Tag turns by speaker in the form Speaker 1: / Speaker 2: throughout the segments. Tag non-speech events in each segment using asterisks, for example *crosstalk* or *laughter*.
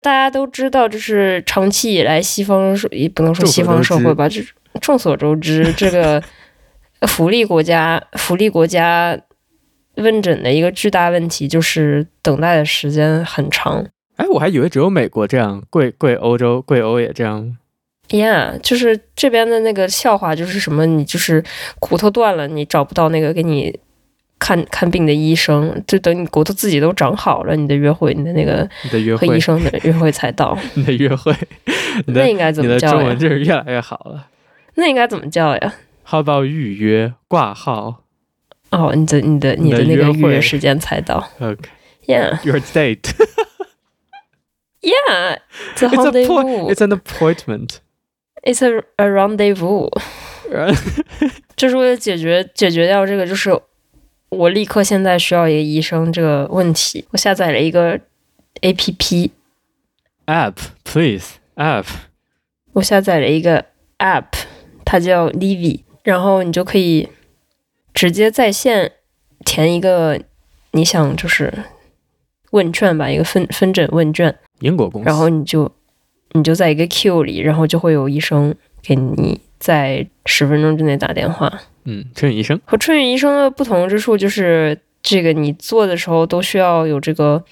Speaker 1: 大家都知道，就是长期以来西方社也不能说西方社会吧，就是众所周知，这
Speaker 2: *laughs*
Speaker 1: 个福利国家福利国家问诊的一个巨大问题就是等待的时间很长。
Speaker 2: 哎，我还以为只有美国这样，贵贵欧洲贵欧也这样。
Speaker 1: Yeah，就是这边的那个笑话，就是什么你就是骨头断了，你找不到那个给你看看病的医生，就等你骨头自己都长好了，你的约会，你的那个
Speaker 2: 你的约
Speaker 1: 和
Speaker 2: 会，
Speaker 1: 医生的约会才到。
Speaker 2: 你的约
Speaker 1: *laughs*
Speaker 2: 会， *laughs* 你
Speaker 1: 那
Speaker 2: 的
Speaker 1: 应该怎
Speaker 2: 你
Speaker 1: 么
Speaker 2: 的
Speaker 1: 叫
Speaker 2: 中
Speaker 1: 呀
Speaker 2: 文？真是越来越好了。
Speaker 1: 那应该怎么叫呀？
Speaker 2: How about 预约挂号
Speaker 1: 哦，你的你的你的那
Speaker 2: 你的
Speaker 1: 个
Speaker 2: 约
Speaker 1: 预
Speaker 2: 会
Speaker 1: 约时间才到。
Speaker 2: ？OK, *laughs*
Speaker 1: Yeah,
Speaker 2: your date.
Speaker 1: yeah. It's a
Speaker 2: *laughs* It's a
Speaker 1: rendezvous.
Speaker 2: point. It's an appointment. *laughs*
Speaker 1: It's a a rendezvous. 就是为了解决解决掉这个，就是我立刻现在需要一个医生这个问题，我下载了一个 A P P，
Speaker 2: App, please. App.
Speaker 1: 我下载了一个 App，它叫 Livy，然后你就可以直接在线填一个你想就是问卷吧，一个分分诊问卷，
Speaker 2: 英国公司。
Speaker 1: 然后你就你就在一个 queue 里，然后就会有医生给你在十分钟之内打电话。
Speaker 2: 嗯，陈宇医生，
Speaker 1: 和春雨医生的不同之处就是，这个你做的时候都需要有这个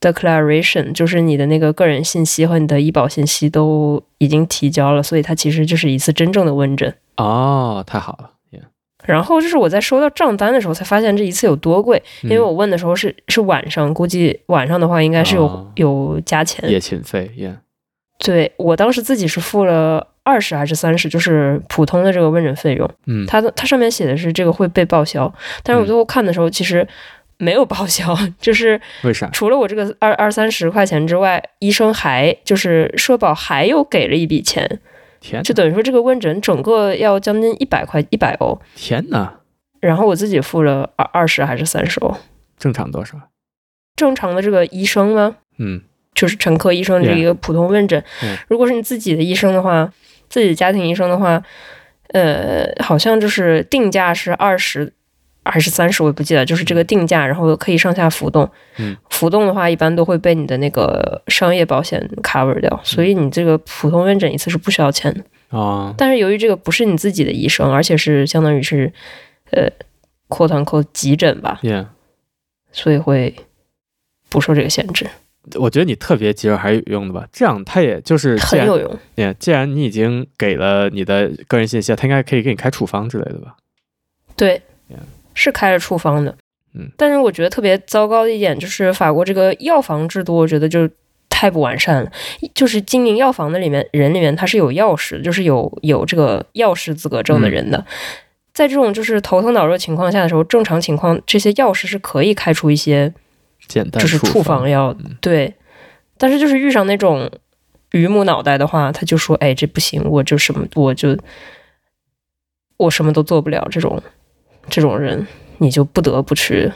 Speaker 1: declaration，就是你的那个个人信息和你的医保信息都已经提交了，所以它其实就是一次真正的问诊。
Speaker 2: 哦，太好了，yeah，
Speaker 1: 然后就是我在收到账单的时候才发现这一次有多贵，因
Speaker 2: 嗯
Speaker 1: 为我问的时候是是晚上，估计晚上的话应该是有、
Speaker 2: 哦
Speaker 1: 有加钱。
Speaker 2: 也勤费，yeah，
Speaker 1: 对我当时自己是付了二十还是三十，就是普通的这个问诊费用。
Speaker 2: 嗯，
Speaker 1: 它的它上面写的是这个会被报销，但是我
Speaker 2: 嗯
Speaker 1: 最后看的时候其实没有报销， *laughs* 就是
Speaker 2: 为啥？
Speaker 1: 除了我这个二二三十块钱之外，医生还就是社保还又给了一笔钱，
Speaker 2: 天哪，
Speaker 1: 就等于说这个问诊整个要将近一百块一百欧，
Speaker 2: 天哪，
Speaker 1: 然后我自己付了二二十还是三十欧，
Speaker 2: 正常多少？
Speaker 1: 正常的这个医生吗？
Speaker 2: 嗯，
Speaker 1: 就是全科医生这
Speaker 2: Yeah. 嗯
Speaker 1: 一个普通问诊
Speaker 2: Yeah.
Speaker 1: 如果是你自己的医生的话，自己家庭医生的话，呃，好像就是定价是二十还是三十，我也不记得，就是这个定价，然后可以上下浮动。
Speaker 2: 嗯，
Speaker 1: 浮动的话，一般都会被你的那个商业保险 cover
Speaker 2: 嗯
Speaker 1: 掉，所以你这个普通问诊一次是不需要钱的。
Speaker 2: 哦，
Speaker 1: 但是由于这个不是你自己的医生，而且是相当于是呃扩团扣急诊吧，
Speaker 2: yeah，
Speaker 1: 所以会不受这个限制，
Speaker 2: 我觉得你特别急着还是有用的吧？这样他也就是，既
Speaker 1: 很
Speaker 2: 然
Speaker 1: 有用。
Speaker 2: yeah, 哎既然你已经给了你的个人信息，他应该可以给你开处方之类的吧？
Speaker 1: 对
Speaker 2: Yeah，
Speaker 1: 是开了处方的。
Speaker 2: 嗯，
Speaker 1: 但是我觉得特别糟糕的一点就是法国这个药房制度，我觉得就太不完善了。就是经营药房的里面人里面，他是有药师，就是有有这个药师资格证的人的。
Speaker 2: 嗯
Speaker 1: 在这种就是头疼脑热情况下的时候，正常情况这些药师是可以开出一些
Speaker 2: 简单
Speaker 1: 就是处
Speaker 2: 方
Speaker 1: 方药，
Speaker 2: 嗯
Speaker 1: 对。但是就是遇上那种榆木脑袋的话，他就说：“哎，这不行，我就什么，我就我什么都做不了。”这种这种人，你就不得不去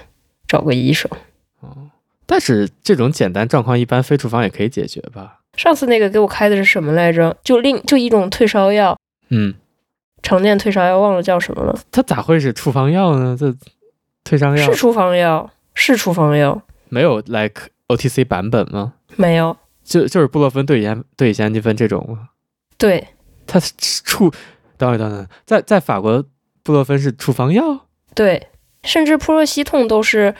Speaker 1: 找个医生。
Speaker 2: 哦，但是这种简单状况一般非处方也可以解决吧？
Speaker 1: 上次那个给我开的是什么来着？就另就一种退烧药，
Speaker 2: 嗯，
Speaker 1: 常见退烧药，忘了叫什么了，
Speaker 2: 他咋会是处方药呢？这退烧药
Speaker 1: 是处方药，是处方药，
Speaker 2: 没有 like OTC 版本吗？
Speaker 1: 没有，
Speaker 2: 就就是布洛芬对乙酰对乙酰氨基酚这种吗？
Speaker 1: 对，
Speaker 2: 它是处等会儿等会儿等会儿，在在法国布洛芬是处方药
Speaker 1: 对，甚至扑热息痛都是，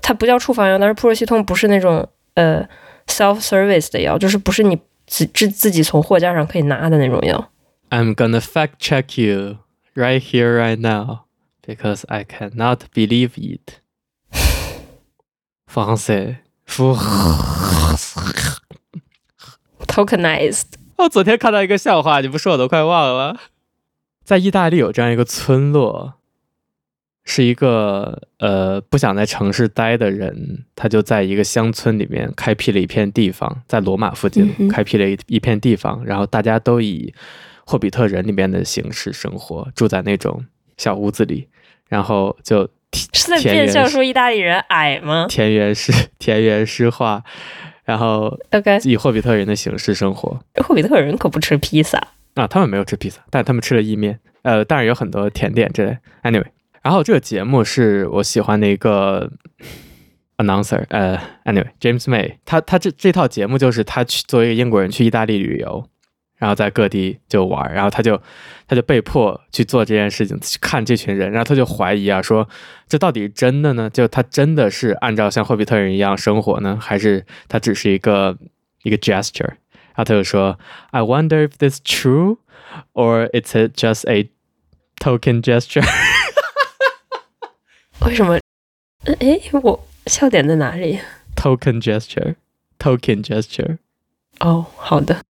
Speaker 1: 它不叫处方药，但是扑热息痛不是那种呃 self service 的药，就是不是你自自自己从货架上可以拿的那种药。
Speaker 2: ？I'm gonna fact check you right here right now because I cannot believe it。français，服。
Speaker 1: Tokenized，
Speaker 2: *laughs* 我哦昨天看到一个笑话，你不说我都快忘了。在意大利有这样一个村落，是一个呃不想在城市待的人，他就在一个乡村里面开辟了一片地方，在罗马附近
Speaker 1: 嗯哼
Speaker 2: 开辟了一一片地方，然后大家都以《霍比特人》里面的形式生活，住在那种小屋子里，然后就体
Speaker 1: 是在
Speaker 2: 田
Speaker 1: 变相
Speaker 2: 园
Speaker 1: 说意大利人矮吗
Speaker 2: 田园诗田园诗画，然后
Speaker 1: ？OK，
Speaker 2: 以霍比特人的形式生活。
Speaker 1: 霍比特人可不吃披萨。
Speaker 2: 啊，他们没有吃披萨，但他们吃了意面，呃，当然有很多甜点之类。Anyway，然后这个节目是我喜欢的一个 announcer，呃，anyway，James May，他他这这套节目就是他去作为一个英国人去意大利旅游，然后在各地就玩，然后他就他就被迫去做这件事情，去看这群人，然后他就怀疑啊，说这到底是真的呢？就他真的是按照像霍比特人一样生活呢，还是他只是一个一个 gesture？然后他就说，I wonder if this true or it's a, just a token gesture *laughs*
Speaker 1: 为什么？呃诶，我笑点在哪里？
Speaker 2: token gesture token gesture。
Speaker 1: 哦，好的，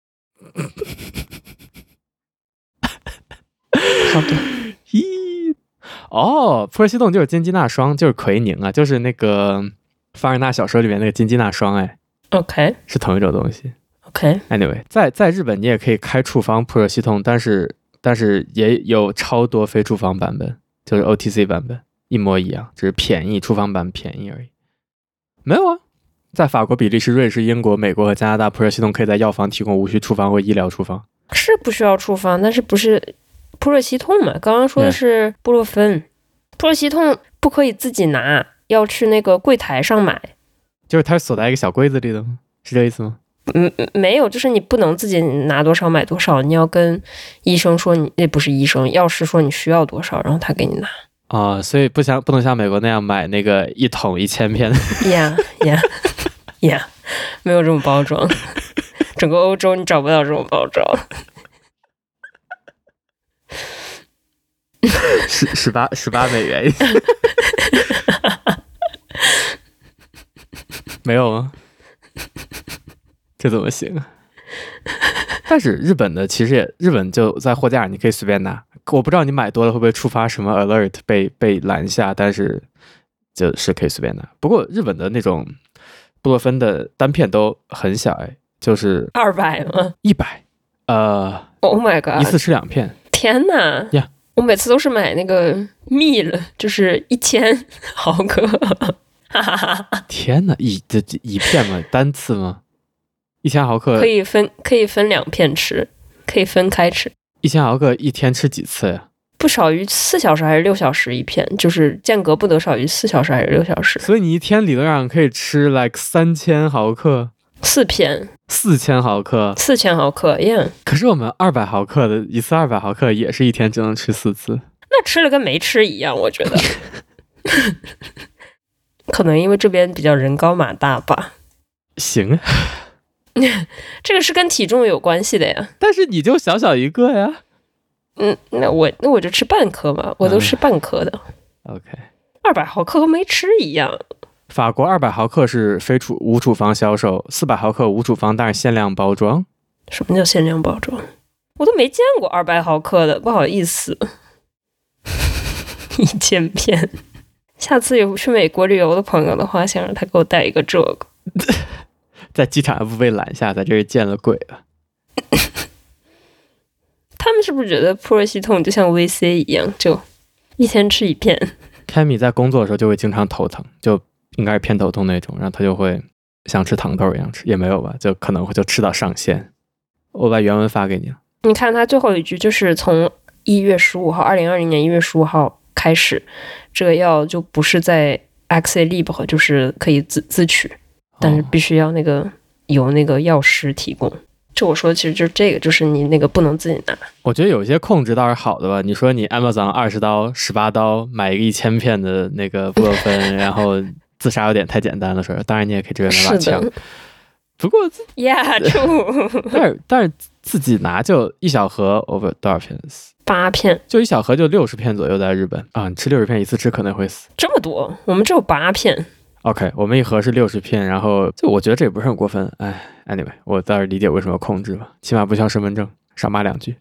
Speaker 1: 好的，
Speaker 2: 咦，哦，《普尔西洞》就是金鸡纳霜，就是奎宁啊，就是那个凡尔纳小说里面那个金鸡纳霜，哎，
Speaker 1: OK
Speaker 2: 是同一种东西。
Speaker 1: OK，
Speaker 2: Anyway，在在日本你也可以开处方普尔系统，但是但是也有超多非处方版本，就是 OTC 版本，一模一样，只是便宜，处方版便宜而已。没有啊，在法国、比利时、瑞士、英国、美国和加拿大，普尔系统可以在药房提供无需处方或医疗处方。
Speaker 1: 是不需要处方，但是不是普热西痛嘛？刚刚说的
Speaker 2: 对
Speaker 1: 是布洛芬，普热西痛不可以自己拿，要去那个柜台上买。
Speaker 2: 就是它是锁在一个小柜子里的吗？是这意思吗？
Speaker 1: 嗯，嗯没有，就是你不能自己拿多少买多少，你要跟医生说你那不是医生，药师说你需要多少，然后他给你拿。
Speaker 2: 啊、所以不像不能像美国那样买那个一桶一千片。
Speaker 1: 呀呀呀，没有这种包装， *laughs* 整个欧洲你找不到这种包装。
Speaker 2: 十十八十八美元， *laughs* 没有吗？这怎么行啊？ *laughs* 但是日本的其实也，日本就在货架，你可以随便拿。我不知道你买多了会不会触发什么 alert 被被拦下，但是就是可以随便拿。不过日本的那种布洛芬的单片都很小，哎，就是
Speaker 1: 二百吗
Speaker 2: 一百，呃，
Speaker 1: ？Oh my
Speaker 2: 一
Speaker 1: god！
Speaker 2: 次吃两片。
Speaker 1: 天呐！
Speaker 2: 呀
Speaker 1: 我每次都是买那个蜜了，就是一千 *laughs* 毫克，哈哈哈，
Speaker 2: 天哪，一这这一片吗？ *laughs* 单次吗？一千毫克
Speaker 1: 可，以分可以分两片吃，可以分开吃，
Speaker 2: 一千毫克一天吃几次呀？
Speaker 1: 不少于四小时还是六小时一片，就是间隔不得少于四小时还是六小时，
Speaker 2: 所以你一天理论上可以吃 like 三千毫克、
Speaker 1: 四片
Speaker 2: 四千毫克。
Speaker 1: 四千毫克，yeah，
Speaker 2: 可是我们二百毫克的一次二百毫克也是一天只能吃四次。
Speaker 1: 那吃了跟没吃一样，我觉得。 *laughs* 可能因为这边比较人高马大吧，
Speaker 2: 行，啊
Speaker 1: 这个是跟体重有关系的呀。
Speaker 2: *laughs* 但是你就小小一个呀。
Speaker 1: 嗯，那我那我就吃半颗吧，我都吃半颗的，
Speaker 2: OK，
Speaker 1: 二百毫克和没吃一样。
Speaker 2: 法国二百毫克是非处无处方销售，四百毫克无处方但是限量包装。
Speaker 1: 什么叫限量包装？我都没见过二百毫克的，不好意思， *laughs* 一千片。下次有去美国旅游的朋友的话，想让他给我带一个这个。
Speaker 2: 在机场还不被拦下，在这是见了鬼了。
Speaker 1: 他们是不是觉得普洱系统就像 VC 一样，就一天吃一片？
Speaker 2: 凯米在工作的时候就会经常头疼，就应该是偏头痛那种，然后他就会像吃糖豆一样吃，也没有吧，就可能会就吃到上限。我把原文发给你了。
Speaker 1: 你看他最后一句，就是从一月十五号，二零二零年一月十五号开始，这个药就不是在 Axi Lib，就是可以自自取。但是
Speaker 2: 哦
Speaker 1: 必须要那个由那个药师提供。这我说的其实就是这个，就是你那个不能自己拿。
Speaker 2: 我觉得有一些控制倒是好的吧。你说你 Amazon 二十刀、十八刀买一个一千片的那个布洛芬，然后自杀有点太简单了，说当然你也可以直接买把
Speaker 1: 是
Speaker 2: 枪
Speaker 1: 的。
Speaker 2: 不过
Speaker 1: 呀， *laughs* 住
Speaker 2: 但是但是自己拿就一小盒，哦不多少片？
Speaker 1: 八片
Speaker 2: 就一小盒就六十片左右，在日本啊，你吃六十片一次吃可能会死。
Speaker 1: 这么多，我们只有八片。
Speaker 2: OK，我们一盒是六十片，然后就我觉得这也不是很过分。哎，anyway，我倒是理解为什么要控制吧，起码不需要身份证，少骂两句。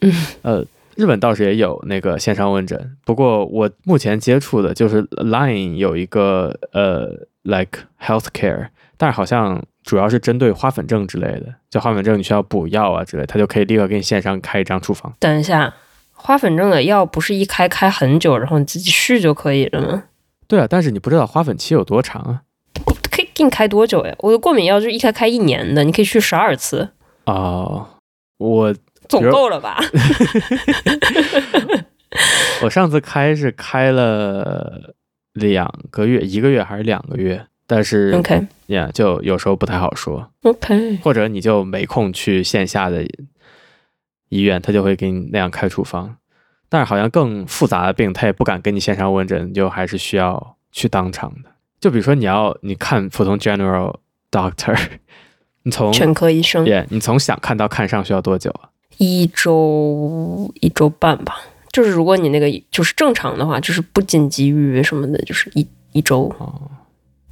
Speaker 1: 嗯
Speaker 2: 呃，日本倒是也有那个线上问诊，不过我目前接触的就是 Line 有一个呃，like healthcare，但是好像主要是针对花粉症之类的，就花粉症你需要补药啊之类，它就可以立刻给你线上开一张处方。
Speaker 1: 等一下，花粉症的药不是一开开很久，然后你自己续就可以了吗？
Speaker 2: 对啊，但是你不知道花粉期有多长啊。
Speaker 1: 可以给你开多久呀？我的过敏药就是一开开一年的，你可以续十二次，
Speaker 2: 哦，我
Speaker 1: 总够了吧？
Speaker 2: *laughs* 我上次开是开了两个月，一个月还是两个月，但是
Speaker 1: OK
Speaker 2: 呀就有时候不太好说， *laughs*
Speaker 1: OK，
Speaker 2: 或者你就没空去线下的医院，他就会给你那样开处方。但是好像更复杂的病，他也不敢跟你线上问诊，你就还是需要去当场的。就比如说你要你看普通 general doctor，你 *laughs* 从
Speaker 1: 全科医生
Speaker 2: 耶你从想看到看上需要多久啊？
Speaker 1: 一周一周半吧，就是如果你那个就是正常的话，就是不紧急预约什么的，就是一一周，
Speaker 2: 哦，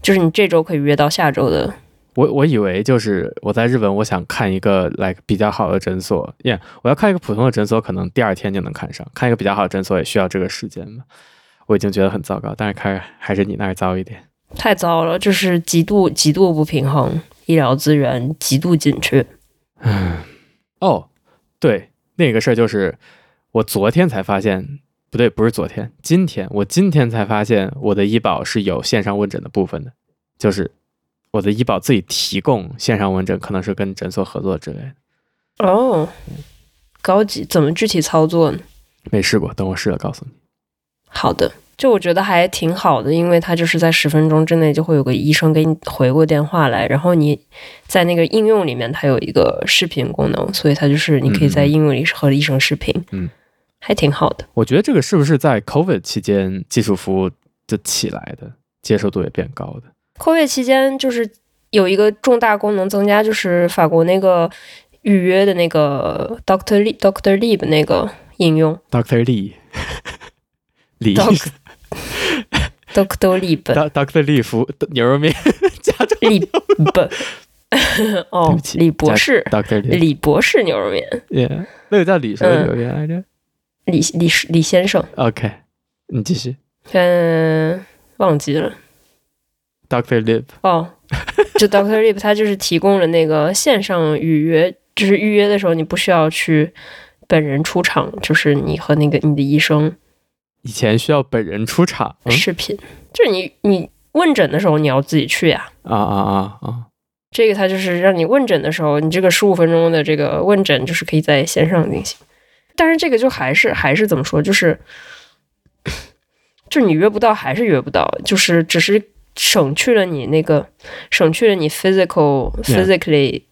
Speaker 1: 就是你这周可以约到下周的。
Speaker 2: 我我以为就是我在日本，我想看一个 like 比较好的诊所，耶、我要看一个普通的诊所，可能第二天就能看上；看一个比较好的诊所也需要这个时间嘛。我已经觉得很糟糕，但是看还是你那儿糟一点。
Speaker 1: 太糟了，就是极度极度不平衡，医疗资源极度紧缺。
Speaker 2: 唉哦，对，另一个事儿就是我昨天才发现，不对，不是昨天，今天我今天才发现我的医保是有线上问诊的部分的，就是我的医保自己提供线上问诊，可能是跟诊所合作之类的。
Speaker 1: 哦，高级怎么具体操作呢？
Speaker 2: 没试过，等我试了告诉你。
Speaker 1: 好的，就我觉得还挺好的，因为它就是在十分钟之内就会有个医生给你回过电话来，然后你在那个应用里面它有一个视频功能，所以它就是你可以在
Speaker 2: 嗯嗯
Speaker 1: 应用里和医生视频，
Speaker 2: 嗯，
Speaker 1: 还挺好的。
Speaker 2: 我觉得这个是不是在 COVID 期间技术服务就起来的，接受度也变高的？
Speaker 1: COVID 期间就是有一个重大功能增加，就是法国那个预约的那个 Doctor Lib Doctor Lib 那个应用
Speaker 2: Doctor Lee，李 *laughs*
Speaker 1: Doc- Doctor Lib
Speaker 2: Doctor Lee 服牛肉面加州 *laughs*
Speaker 1: Lib *laughs*
Speaker 2: 对
Speaker 1: 哦
Speaker 2: 不，起
Speaker 1: 李博士，
Speaker 2: *laughs* Doctor Lee，
Speaker 1: 李博士牛肉面，
Speaker 2: *laughs* Yeah，那个叫李什么牛肉面来着
Speaker 1: 李李李先生，
Speaker 2: ？OK，你继续
Speaker 1: 嗯，忘记了。
Speaker 2: Doctor Lip，
Speaker 1: 哦，就 Doctor Lip 它就是提供了那个线上预约，就是预约的时候你不需要去本人出场，就是你和那个你的医生
Speaker 2: 以前需要本人出场，嗯
Speaker 1: 视频，就是你你问诊的时候你要自己去呀、
Speaker 2: 啊啊啊啊，
Speaker 1: 这个它就是让你问诊的时候，你这个十五分钟的这个问诊就是可以在线上进行，但是这个就还是还是怎么说，就是就是你约不到还是约不到，就是只是省去了你那个省去了你 physical
Speaker 2: Yeah
Speaker 1: physically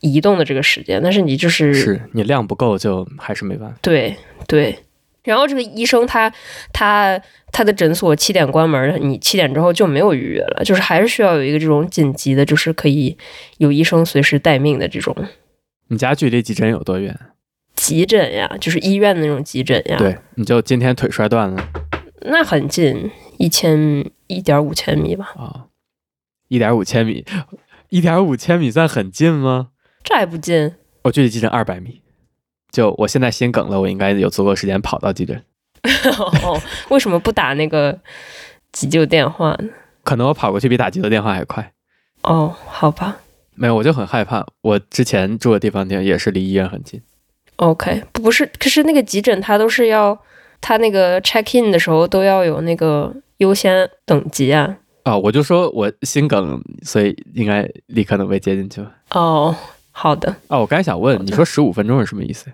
Speaker 1: 移动的这个时间，但是你就是
Speaker 2: 是你量不够就还是没办法。
Speaker 1: 对对。然后这个医生他他他的诊所七点关门，你七点之后就没有预约了，就是还是需要有一个这种紧急的，就是可以有医生随时待命的这种
Speaker 2: 你家距离急诊有多远？
Speaker 1: 急诊呀，就是医院的那种急诊呀。，
Speaker 2: 对，你就今天腿摔断了
Speaker 1: 那很近，一千一点五千米吧，
Speaker 2: 啊，一点五千米，一点五千米算很近吗？
Speaker 1: 这还不近？ *laughs*
Speaker 2: 我距离急诊二百米，就我现在心梗了，我应该有足够时间跑到急诊。
Speaker 1: 哦，为什么不打那个急救电话呢？
Speaker 2: 可能我跑过去比打急救电话还快。
Speaker 1: 哦，好吧
Speaker 2: 没有，我就很害怕。我之前住的地方也是离医院很近。
Speaker 1: ，OK，不不是，可是那个急诊它都是要，它那个 check in 的时候都要有那个优先等级啊。
Speaker 2: 啊、我就说我心梗，所以应该立刻能被接进去吧。
Speaker 1: 哦，好的，
Speaker 2: 啊、我刚才想问，你说十五分钟是什么意思？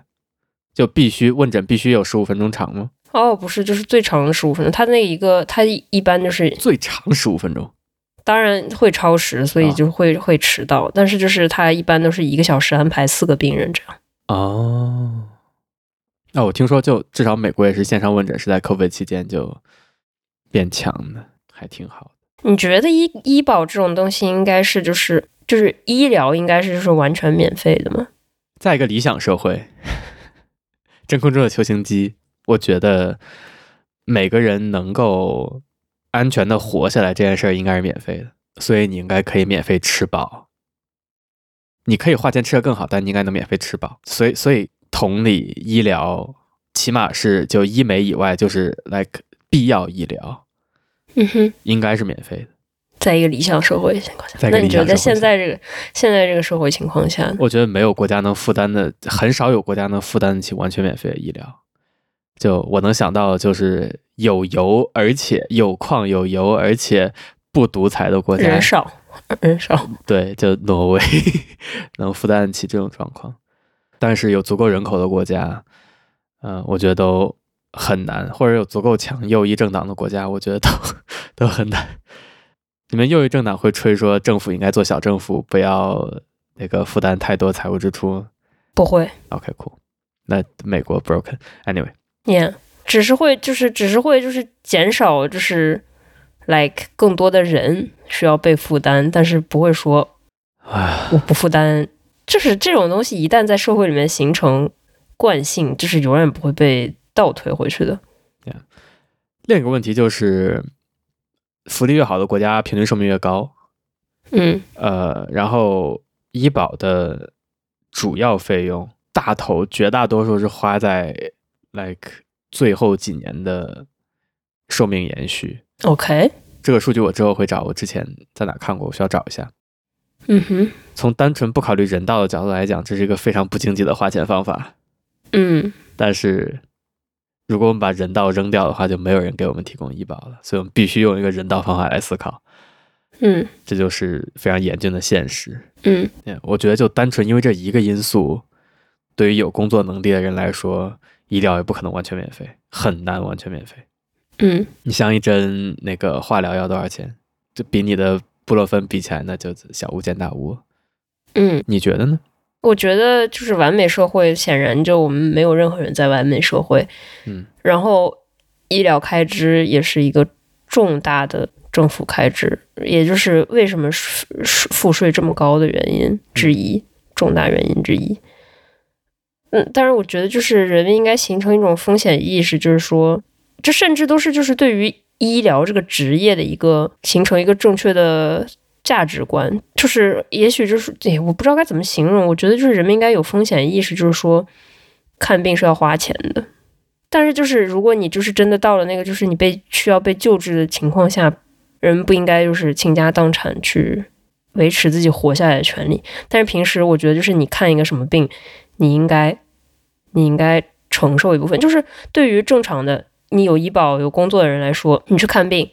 Speaker 2: 就必须问诊必须有十五分钟长吗？
Speaker 1: 哦，不是，就是最长的十五分钟，它那一个它一一般就是
Speaker 2: 最长十五分钟。
Speaker 1: 当然会超时，所
Speaker 2: 啊
Speaker 1: 以就会、会迟到。但是就是他一般都是一个小时安排四个病人这样。
Speaker 2: 哦，那、我听说就至少美国也是线上问诊是在 COVID 期间就变强的，还挺好。
Speaker 1: 你觉得医医保这种东西应该是就是就是医疗应该是就是完全免费的吗？
Speaker 2: 在一个理想社会， *laughs* 真空中的球形机，我觉得每个人能够安全的活下来这件事儿应该是免费的，所以你应该可以免费吃饱。你可以花钱吃的更好，但你应该能免费吃饱。所以，所以同理，医疗起码是就医美以外，就是 like 必要医疗
Speaker 1: 嗯哼，
Speaker 2: 应该是免费的。
Speaker 1: 在一个理想社会情况下
Speaker 2: 在，一个
Speaker 1: 那你觉得在
Speaker 2: 理想
Speaker 1: 现
Speaker 2: 社会
Speaker 1: 在这个现在这个社会情况下呢，
Speaker 2: 我觉得没有国家能负担的，很少有国家能负担得起完全免费的医疗。就我能想到，就是有油而且有矿有油而且不独裁的国家
Speaker 1: 人，少人少，
Speaker 2: 对，就挪威 *laughs* 能负担得起这种状况。但是有足够人口的国家，呃嗯、我觉得都很难；或者有足够强右翼政党的国家，我觉得都 *laughs* 都很难。你们右翼政党会吹说政府应该做小政府，不要那个负担太多财务支出。
Speaker 1: 不会
Speaker 2: OK，cool、那美国 broken anyway，
Speaker 1: ，yeah，只是会就是只是会就是减少就是 like 更多的人需要被负担，但是不会说
Speaker 2: 啊，
Speaker 1: 我不负担，就是这种东西一旦在社会里面形成惯性，就是永远不会被倒推回去的。
Speaker 2: 另一个问题就是，福利越好的国家平均寿命越高，
Speaker 1: 嗯
Speaker 2: 呃，然后医保的主要费用大头绝大多数是花在 like 最后几年的寿命延续。
Speaker 1: ，OK，
Speaker 2: 这个数据我之后会找，我之前在哪看过，我需要找一下。
Speaker 1: 嗯哼，
Speaker 2: 从单纯不考虑人道的角度来讲，这是一个非常不经济的花钱方法。
Speaker 1: 嗯
Speaker 2: 但是，如果我们把人道扔掉的话，就没有人给我们提供医保了，所以我们必须用一个人道方法来思考，
Speaker 1: 嗯
Speaker 2: 这就是非常严峻的现实。
Speaker 1: 嗯，
Speaker 2: 嗯，我觉得就单纯因为这一个因素，对于有工作能力的人来说，医疗也不可能完全免费，很难完全免费。
Speaker 1: 嗯
Speaker 2: 你像一针那个化疗要多少钱？这比你的布洛芬比起来，那就小巫见大巫。
Speaker 1: 嗯，
Speaker 2: 你觉得呢？
Speaker 1: 我觉得就是完美社会，显然就我们没有任何人在完美社会。
Speaker 2: 嗯，
Speaker 1: 然后医疗开支也是一个重大的政府开支，也就是为什么税税赋税这么高的原因之一，重大原因之一。嗯，但是我觉得就是人们应该形成一种风险意识，就是说，这甚至都是就是对于医疗这个职业的一个形成一个正确的价值观，就是也许就是，哎，我不知道该怎么形容。我觉得就是人们应该有风险意识，就是说看病是要花钱的。但是就是如果你就是真的到了那个就是你被需要被救治的情况下，人不应该就是倾家荡产去维持自己活下来的权利。但是平时我觉得就是你看一个什么病，你应该你应该承受一部分。就是对于正常的你有医保有工作的人来说，你去看病，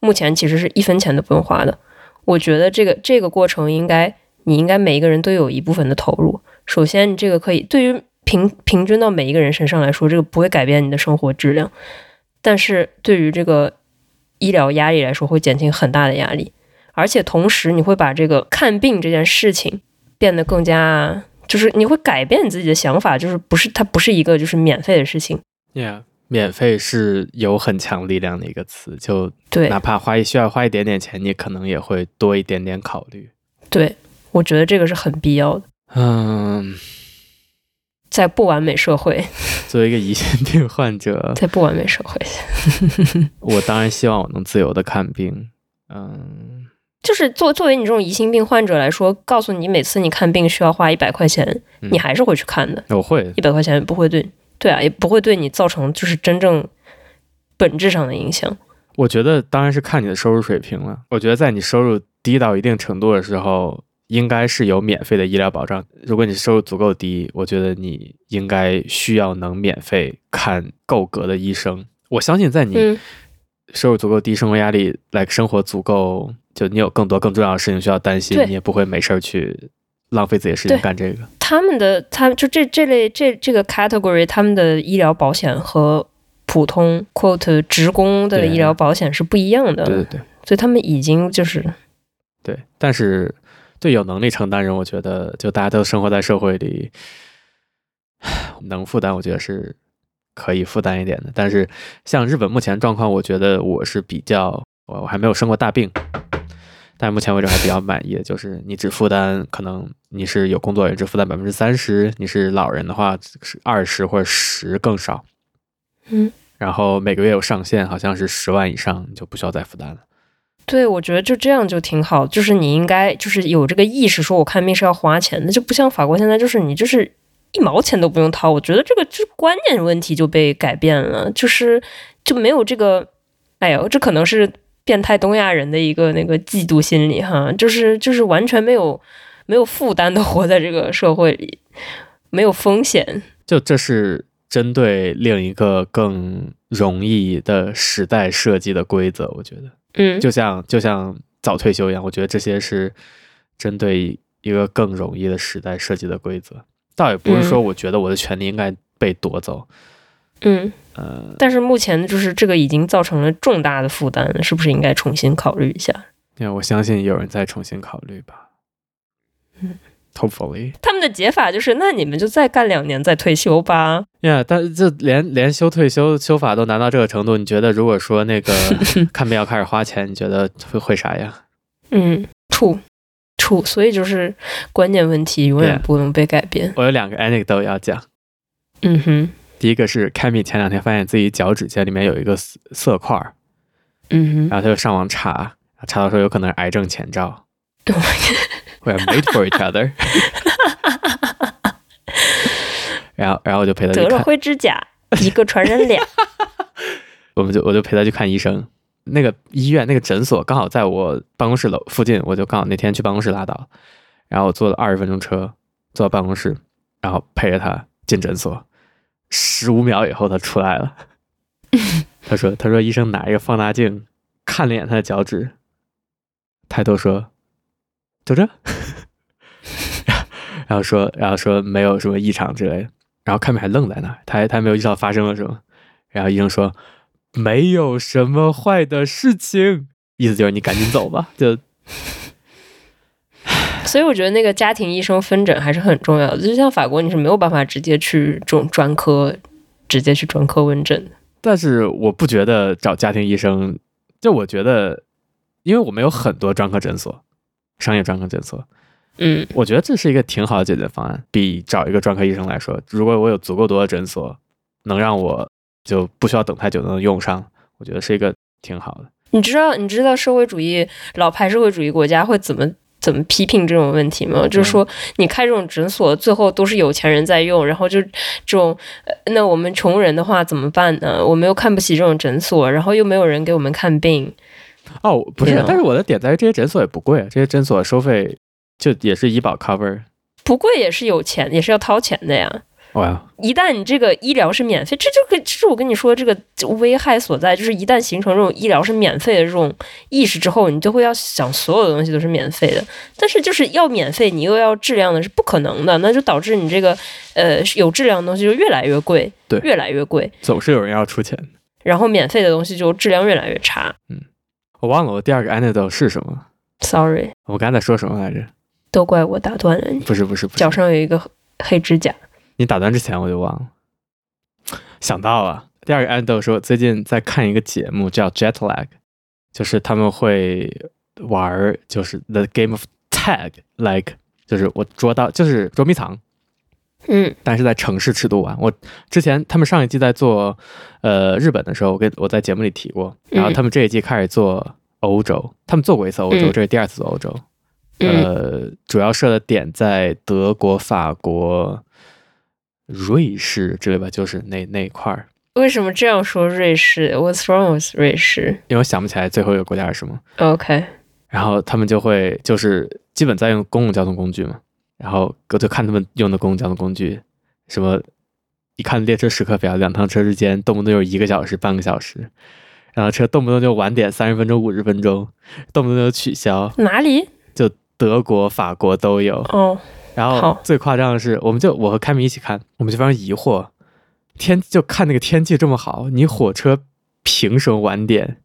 Speaker 1: 目前其实是一分钱都不用花的。我觉得这个这个过程应该，你应该每一个人都有一部分的投入。首先，你这个可以对于平平均到每一个人身上来说，这个不会改变你的生活质量，但是对于这个医疗压力来说，会减轻很大的压力。而且同时，你会把这个看病这件事情变得更加，就是你会改变你自己的想法，就是不是它不是一个就是免费的事情，
Speaker 2: Yeah，免费是有很强力量的一个词，就
Speaker 1: 对，
Speaker 2: 哪怕花一需要花一点点钱，你可能也会多一点点考虑。
Speaker 1: 对，我觉得这个是很必要的，
Speaker 2: 嗯，
Speaker 1: 在不完美社会，
Speaker 2: 作为一个胰腺病患者， *laughs*
Speaker 1: 在不完美社会，
Speaker 2: 我当然希望我能自由的看病。嗯，
Speaker 1: 就是作作为你这种疑心病患者来说，告诉你每次你看病需要花一百块钱，
Speaker 2: 嗯
Speaker 1: 你还是会去看的，
Speaker 2: 我会
Speaker 1: 一百块钱不会对，对啊，也不会对你造成就是真正本质上的影响。
Speaker 2: 我觉得当然是看你的收入水平了。我觉得在你收入低到一定程度的时候，应该是有免费的医疗保障。如果你收入足够低，我觉得你应该需要能免费看够格的医生。我相信在你
Speaker 1: 嗯
Speaker 2: 收入足够低、生活压力来生活足够，就你有更多更重要的事情需要担心
Speaker 1: 对，
Speaker 2: 你也不会没事儿去浪费自己的时间
Speaker 1: 对
Speaker 2: 干这个。
Speaker 1: 他们的他就这这类这这个 category，他们的医疗保险和普通 quote 职工的
Speaker 2: 对
Speaker 1: 医疗保险是不一样的，
Speaker 2: 对对对
Speaker 1: 所以他们已经就是
Speaker 2: 对，但是对有能力承担人，我觉得就大家都生活在社会里，能负担，我觉得是可以负担一点的。但是像日本目前状况，我觉得我是比较，我我还没有生过大病，但目前为止还比较满意的，就是你只负担可能你是有工作人只负担百分之三十，你是老人的话是二十或者十更少，
Speaker 1: 嗯，
Speaker 2: 然后每个月有上限，好像是十万以上你就不需要再负担了。
Speaker 1: 对，我觉得就这样就挺好。就是你应该就是有这个意识，说我看病是要花钱的，就不像法国现在就是你就是一毛钱都不用掏。我觉得这个就是观念问题就被改变了，就是就没有这个，哎呦，这可能是变态东亚人的一个那个嫉妒心理哈，就是就是完全没有没有负担的活在这个社会里，没有风险。
Speaker 2: 就这是针对另一个更容易的时代设计的规则，我觉得
Speaker 1: 嗯，
Speaker 2: 就像就像早退休一样，我觉得这些是针对一个更容易的时代设计的规则，倒也不是说我觉得我的权利应该被夺走，
Speaker 1: 嗯，
Speaker 2: 呃，
Speaker 1: 但是目前就是这个已经造成了重大的负担，是不是应该重新考虑一下？
Speaker 2: 那我相信有人再重新考虑吧。
Speaker 1: 嗯
Speaker 2: Hopefully，
Speaker 1: 他们的解法就是，那你们就再干两年再退休吧。
Speaker 2: 呀、yeah,，但是这连连休退休修法都难到这个程度，你觉得如果说那个看病要开始花钱，你觉得会会啥样？
Speaker 1: *laughs* 嗯，处处，所以就是关键问题永远
Speaker 2: Yeah
Speaker 1: 不能被改变。
Speaker 2: 我有两个 anecdote 要讲。
Speaker 1: 嗯哼，
Speaker 2: 第一个是 Kami 前两天发现自己脚趾甲里面有一个色色块儿，
Speaker 1: 嗯
Speaker 2: 然
Speaker 1: 哼
Speaker 2: 后他就上网查，查到说有可能是癌症前兆。
Speaker 1: Oh my god，
Speaker 2: We are made for
Speaker 1: *laughs*
Speaker 2: each other 。然后，然后我就陪他去
Speaker 1: 得了
Speaker 2: 看，
Speaker 1: 灰指 *laughs* 甲，一个传染俩。
Speaker 2: 我们就我就陪他去看医生。那个医院那个诊所刚好在我办公室楼附近，我就刚好那天去办公室拉倒，然后我坐了二十分钟车，坐到办公室，然后陪着他进诊所。十五秒以后，他出来了。他说：“他说医生拿一个放大镜看了一眼他的脚趾，抬头说，就这。 *laughs* 然后说，然后说没有什么异常之类的。然后看病还愣在那儿，他还他还没有意识到发生了什么。然后医生说，没有什么坏的事情，意思就是你赶紧走吧。 *laughs* 就
Speaker 1: 所以我觉得那个家庭医生分诊还是很重要的。就像法国，你是没有办法直接去这种专科，直接去专科问诊的。
Speaker 2: 但是我不觉得找家庭医生，就我觉得，因为我们有很多专科诊所，商业专科诊所，
Speaker 1: 嗯
Speaker 2: 我觉得这是一个挺好的解决方案，比找一个专科医生来说，如果我有足够多的诊所，能让我就不需要等太久能用上，我觉得是一个挺好的。
Speaker 1: 你知道你知道社会主义老牌社会主义国家会怎么怎么批评这种问题吗？就是说，你开这种诊所，最后都是有钱人在用，然后就这种，呃那我们穷人的话怎么办呢？我们又看不起这种诊所，然后又没有人给我们看病。
Speaker 2: 哦，不是
Speaker 1: Yeah，
Speaker 2: 但是我的点在于这些诊所也不贵，这些诊所收费就也是医保 cover。
Speaker 1: 不贵也是有钱，也是要掏钱的呀。
Speaker 2: 哇，哦
Speaker 1: 一旦你这个医疗是免费，这就跟这是我跟你说的这个危害所在，就是一旦形成这种医疗是免费的这种意识之后，你就会要想所有的东西都是免费的。但是就是要免费，你又要质量的是不可能的，那就导致你这个呃有质量的东西就越来越贵，
Speaker 2: 对
Speaker 1: 越来越贵，
Speaker 2: 总是有人要出钱。
Speaker 1: 然后免费的东西就质量越来越差。
Speaker 2: 我忘了我第二个 anecdote 是什么，
Speaker 1: Sorry，
Speaker 2: 我刚才说什么来着？
Speaker 1: 都怪我打断了你，
Speaker 2: 不是不是不是
Speaker 1: 脚，上有一个黑指甲。
Speaker 2: 你打断之前我就忘了，想到了。第二个 anecdote 是我最近在看一个节目叫 Jet Lag，就是他们会玩儿就是 The Game of Tag，like 就是我捉到就是捉迷藏，
Speaker 1: 嗯
Speaker 2: 但是在城市尺度玩。我之前他们上一季在做呃日本的时候，我跟我在节目里提过，然后
Speaker 1: 嗯
Speaker 2: 他们这一季开始做欧洲，他们做过一次欧洲，
Speaker 1: 嗯
Speaker 2: 这是第二次做欧洲。
Speaker 1: 嗯
Speaker 2: 呃，主要设的点在德国、法国、瑞士之类吧，就是那那一块儿。
Speaker 1: 为什么这样说瑞士？What's wrong with 瑞士
Speaker 2: 因为我想不起来最后一个国家是什么。
Speaker 1: ？OK，
Speaker 2: 然后他们就会就是基本在用公共交通工具嘛，然后我就看他们用的公共交通工具，什么一看列车时刻表，两趟车之间动不动有一个小时、半个小时，然后车动不动就晚点三十分钟、五十分钟，动不动就取消，
Speaker 1: 哪里？
Speaker 2: 就德国、法国都有。
Speaker 1: 哦。
Speaker 2: 然后
Speaker 1: 好
Speaker 2: 最夸张的是，我们就我和开明一起看，我们就非常疑惑，天就看那个天气这么好，你火车凭什么晚点？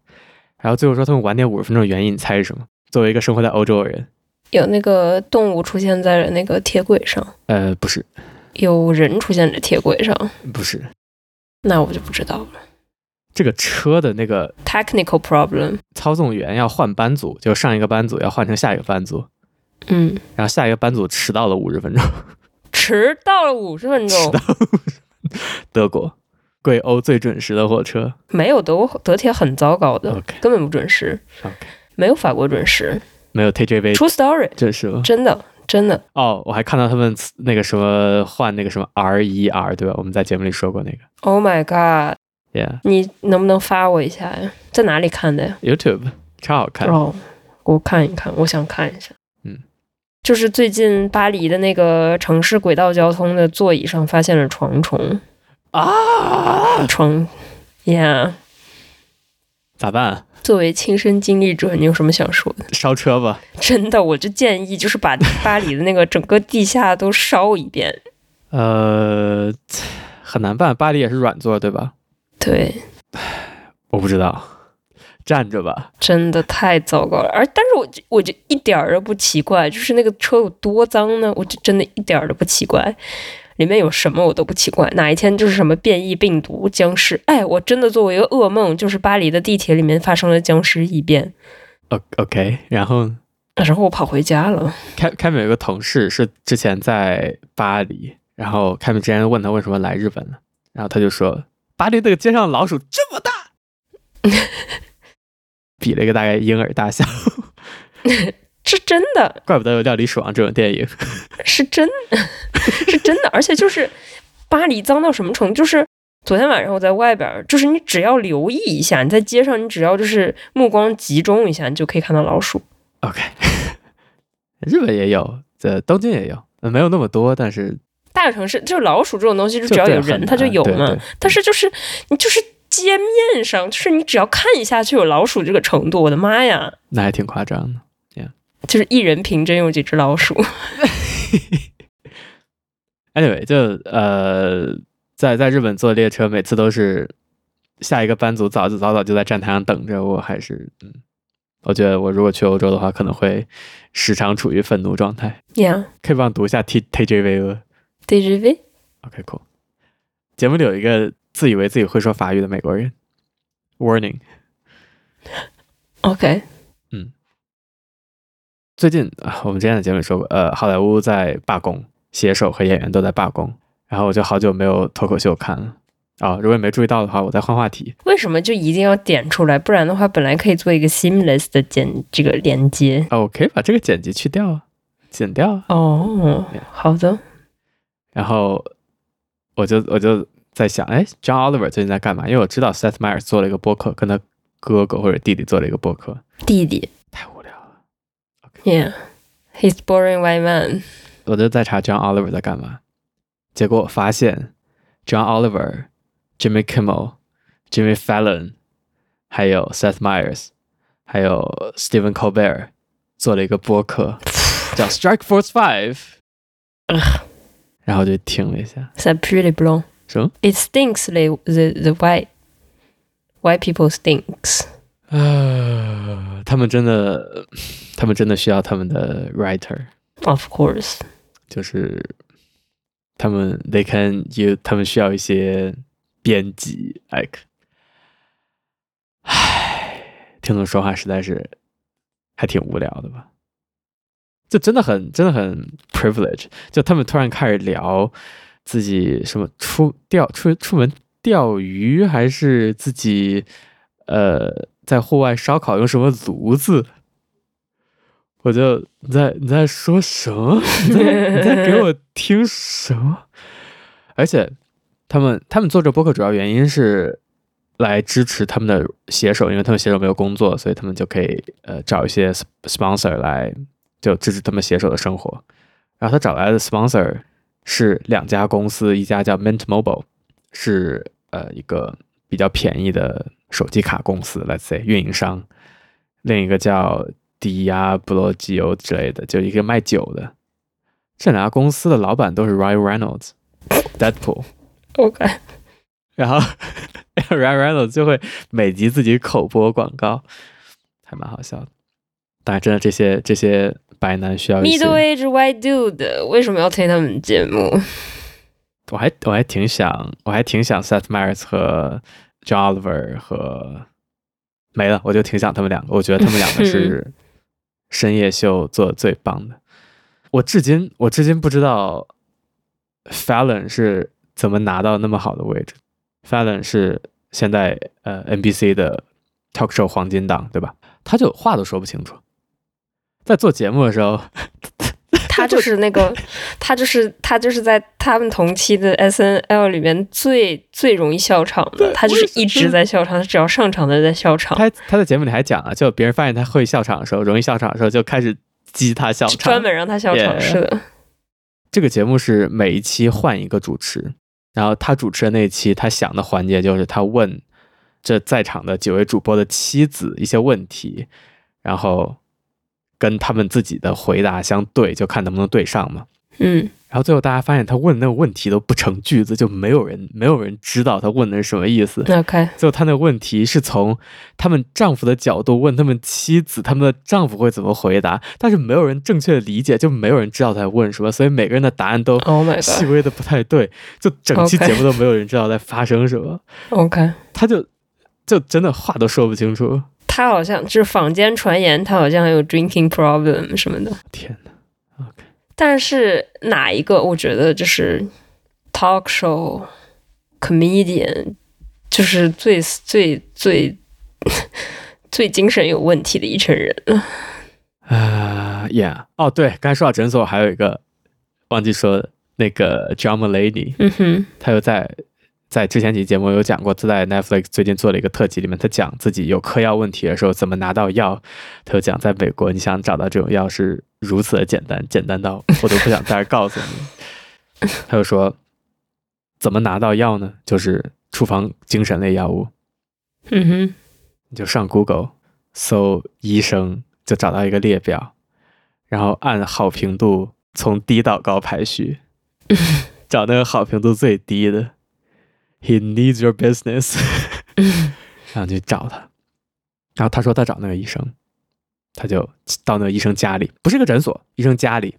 Speaker 2: 然后最后说他们晚点五十分钟的原因，你猜是什么？作为一个生活在欧洲的人，
Speaker 1: 有那个动物出现在了那个铁轨上，
Speaker 2: 呃，不是，
Speaker 1: 有人出现在铁轨上，
Speaker 2: 不是
Speaker 1: 那我就不知道了。
Speaker 2: 这个车的那个
Speaker 1: Technical problem，
Speaker 2: 操纵员要换班组，就上一个班组要换成下一个班组，
Speaker 1: 嗯，
Speaker 2: 然后下一个班组迟到了五十分钟，
Speaker 1: 迟到了五十分钟，
Speaker 2: 德国，贵欧最准时的火车。
Speaker 1: 没有德国德铁很糟糕的，
Speaker 2: OK，
Speaker 1: 根本不准时
Speaker 2: OK，
Speaker 1: 没有法国准时。
Speaker 2: 没有 TJB
Speaker 1: True story，
Speaker 2: 准时吗？
Speaker 1: 真的真的，
Speaker 2: 哦，我还看到他们那个什么换那个什么 R 一 R 对吧？我们在节目里说过那个
Speaker 1: Oh my god！
Speaker 2: ，Yeah
Speaker 1: 你能不能发我一下呀？在哪里看的呀？
Speaker 2: YouTube 超好看，
Speaker 1: 哦，我看一看，我想看一下。
Speaker 2: 嗯，
Speaker 1: 就是最近巴黎的那个城市轨道交通的座椅上发现了床虫啊，床，Yeah。
Speaker 2: 咋办？
Speaker 1: 作为亲身经历者，你有什么想说的？ *laughs*
Speaker 2: 烧车吧，
Speaker 1: 真的，我就建议就是把巴黎的那个整个地下都烧一遍。
Speaker 2: 呃，很难办。巴黎也是软座，对吧？
Speaker 1: 对，
Speaker 2: 我不知道，站着吧。
Speaker 1: 真的太糟糕了。而但是我就我就一点儿都不奇怪，就是那个车有多脏呢？我就真的一点儿都不奇怪，里面有什么我都不奇怪。哪一天就是什么变异病毒、僵尸，哎，我真的做过一个噩梦，就是巴黎的地铁里面发生了僵尸异变，
Speaker 2: O OK，然后
Speaker 1: 然后我跑回家了。
Speaker 2: 凯凯米有个同事是之前在巴黎，然后凯米之前问他为什么来日本了，然后他就说巴黎那个街上的老鼠这么大， *laughs* 比了一个大概婴儿大小，
Speaker 1: 是真的，
Speaker 2: 怪不得有《料理鼠王》这种电影。
Speaker 1: 是真， *laughs* 是真的，而且就是巴黎脏到什么程度？就是昨天晚上我在外边儿，就是你只要留意一下，你在街上，你只要就是目光集中一下，你就可以看到老鼠。
Speaker 2: OK，日本也有，在东京也有，呃没有那么多，但是
Speaker 1: 大城市就是老鼠这种东西，就
Speaker 2: 就
Speaker 1: 只要
Speaker 2: 对
Speaker 1: 有
Speaker 2: 很
Speaker 1: 人它就
Speaker 2: 难
Speaker 1: 有
Speaker 2: 对
Speaker 1: 嘛。
Speaker 2: 对
Speaker 1: 但是就是你就是街面上，就是你只要看一下就有老鼠这个程度，我的妈呀！
Speaker 2: 那还挺夸张的。
Speaker 1: 就是一人平真有几只老鼠。
Speaker 2: Anyway，就呃，在在日本坐列车，每次都是下一个班组早就早早就在站台上等着我，还是嗯，我觉得我如果去欧洲的话，可能会时常处于愤怒状态。
Speaker 1: Yeah,
Speaker 2: 可以帮我读一下 T T J V 吗
Speaker 1: DGV
Speaker 2: OK，cool、节目里有一个自以为自己会说法语的美国人，Warning。
Speaker 1: OK，
Speaker 2: 最近啊，我们之前的节目里说过，呃，好莱坞在罢工，写手和演员都在罢工，然后我就好久没有脱口秀看了。啊、如果你没注意到的话，我在换话题。
Speaker 1: 为什么就一定要点出来？不然的话，本来可以做一个 seamless 的剪这个连接。
Speaker 2: 啊，我可以把这个剪辑去掉啊，剪掉啊，
Speaker 1: 哦，好的，
Speaker 2: 然后我就我就在想，哎，John Oliver 最近在干嘛？因为我知道 Seth Meyers 做了一个播客，跟他哥哥或者弟弟做了一个播客，
Speaker 1: 弟弟
Speaker 2: 太无聊了。
Speaker 1: ，Yeah，he's boring white man。
Speaker 2: 我就在查 John Oliver 在干嘛，结果我发现 John Oliver、Jimmy Kimmel、Jimmy Fallon，还有 Seth Meyers，还有 Stephen Colbert 做了一个播客，叫 Strike Force Five，然后就听了一下，
Speaker 1: Ça pue les blancs.
Speaker 2: 什么？
Speaker 1: It stinks the the the white white people stinks.
Speaker 2: 啊，他们真的，他们真的需要他们的 writer，
Speaker 1: Of course.
Speaker 2: 就是他们 they can you，他们需要一些编辑，like，唉，听他们说话实在是还挺无聊的吧。就真的很真的很 privilege，就他们突然开始聊自己什么出钓出出门钓鱼，还是自己呃在户外烧烤用什么炉子，我就你在你在说什么？你在你在给我听什么？而且他们他们做这播客主要原因是来支持他们的写手，因为他们写手没有工作，所以他们就可以呃找一些 sp- sponsor 来就支持他们写手的生活。然后他找来的 sponsor 是两家公司，一家叫 Mint Mobile，是呃一个比较便宜的手机卡公司，let's say 运营商；另一个叫 Diablo g o 之类的，就一个卖酒的。这两家公司的老板都是 Ryan Reynolds、Deadpool，
Speaker 1: OK.
Speaker 2: 然后 *laughs* Ryan Reynolds 就会每集自己口播广告，还蛮好笑的。但真的这些这些白男需要一些
Speaker 1: Middle age white dude 为什么要听他们节
Speaker 2: *laughs*
Speaker 1: 目？
Speaker 2: 我还我还挺想，我还挺想 Seth Meyers 和 John Oliver 和没了，我就挺想他们两个。我觉得他们两个是深夜秀做的最棒的。我至今我至今不知道 Fallon 是怎么拿到那么好的位置。Fallon 是现在呃 NBC 的 talk show 黄金档，对吧？他就话都说不清楚，在做节目的时候，
Speaker 1: 他就是那
Speaker 2: *laughs*
Speaker 1: 个，他就是他就是在他们同期的 S N L 里面最最容易笑场的，
Speaker 2: 对
Speaker 1: 他就是
Speaker 2: 我也是
Speaker 1: 一直在笑场，他只要上场他就在笑场，
Speaker 2: 他他在节目里还讲了，就别人发现他会笑场的时候，容易笑场的时候，就开始激他笑
Speaker 1: 就专
Speaker 2: 场。
Speaker 1: 门让他笑场
Speaker 2: Yeah
Speaker 1: 是的。
Speaker 2: 这个节目是每一期换一个主持，然后他主持的那一期，他想的环节就是他问这在场的几位主播的妻子一些问题，然后跟他们自己的回答相对，就看能不能对上嘛。
Speaker 1: 嗯
Speaker 2: 然后最后大家发现他问那个问题都不成句子，就没有人没有人知道他问的是什么意思。
Speaker 1: ，OK，
Speaker 2: 最后他那个问题是从他们丈夫的角度问他们妻子，他们的丈夫会怎么回答，但是没有人正确的理解，就没有人知道他在问什么，所以每个人的答案
Speaker 1: *laughs*
Speaker 2: 都
Speaker 1: Oh my
Speaker 2: 细微的不太对，就整期
Speaker 1: OK
Speaker 2: 节目都没有人知道在发生什么，
Speaker 1: God，OK。
Speaker 2: 他就就真的话都说不清楚。
Speaker 1: 他好像就是坊间传言，他好像还有 drinking problem 什么的。
Speaker 2: 天哪！
Speaker 1: 但是哪一个？我觉得就是 talk show comedian，就是最最最 *laughs* 最精神有问题的一群人了。
Speaker 2: 啊、y e a h 哦，对，刚才说到诊所，还有一个忘记说的那个 John Mulaney，
Speaker 1: 嗯哼，
Speaker 2: 他又在在之前几期节目有讲过，他在 Netflix 最近做了一个特辑，里面他讲自己有嗑药问题的时候怎么拿到药，他就讲在美国你想找到这种药是如此的简单，简单到我都不想在这儿告诉你。他就说，怎么拿到药呢？就是处方精神类药物，
Speaker 1: 嗯哼，
Speaker 2: 你就上 Google 搜医生，就找到一个列表，然后按好评度从低到高排序， *laughs* 找那个好评度最低的。He needs your business，然 *laughs* 后就找他。然后他说他找那个医生，他就到那个医生家里，不是一个诊所，医生家里，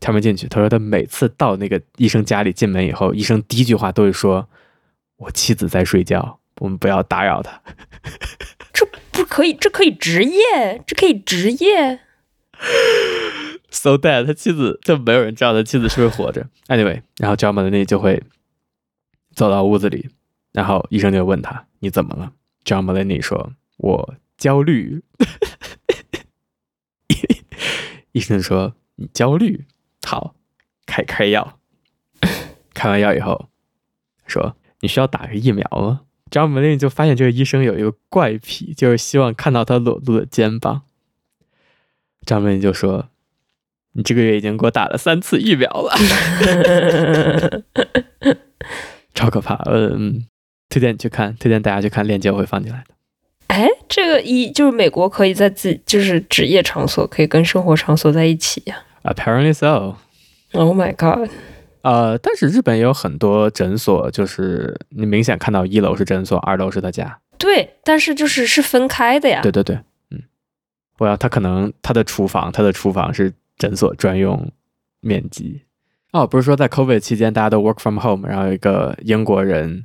Speaker 2: 敲门进去。他说他每次到那个医生家里进门以后，医生第一句话都会说：“我妻子在睡觉，我们不要打扰她。”
Speaker 1: 不可以，这可以职业，这可以职业。
Speaker 2: so dead，他妻子就没有人知道他妻子是不是活着。Anyway，然后 John Mulaney 就会走到屋子里，然后医生就问他你怎么了？John Mulaney 说：“我焦虑。” *laughs* 医生就说：“你焦虑，好，开开药。”开完药以后，说：“你需要打个疫苗吗？”John Mulaney 就发现这个医生有一个怪癖，就是希望看到他裸露的肩膀。John Mulaney 就说：“你这个月已经给我打了三次疫苗了，超可怕。嗯，推荐你去看，推荐大家去看，链接我会放进来的。
Speaker 1: 哎，这个一就是美国可以在自己就是职业场所可以跟生活场所在一起呀、
Speaker 2: Apparently so。
Speaker 1: Oh my god！
Speaker 2: 呃，但是日本也有很多诊所，就是你明显看到一楼是诊所，二楼是他家。
Speaker 1: 对，但是就是是分开的呀。
Speaker 2: 对对对，嗯，我要他可能他的厨房，他的厨房是诊所专用面积。哦，不是说在 COVID 期间大家都 work from home，然后有一个英国人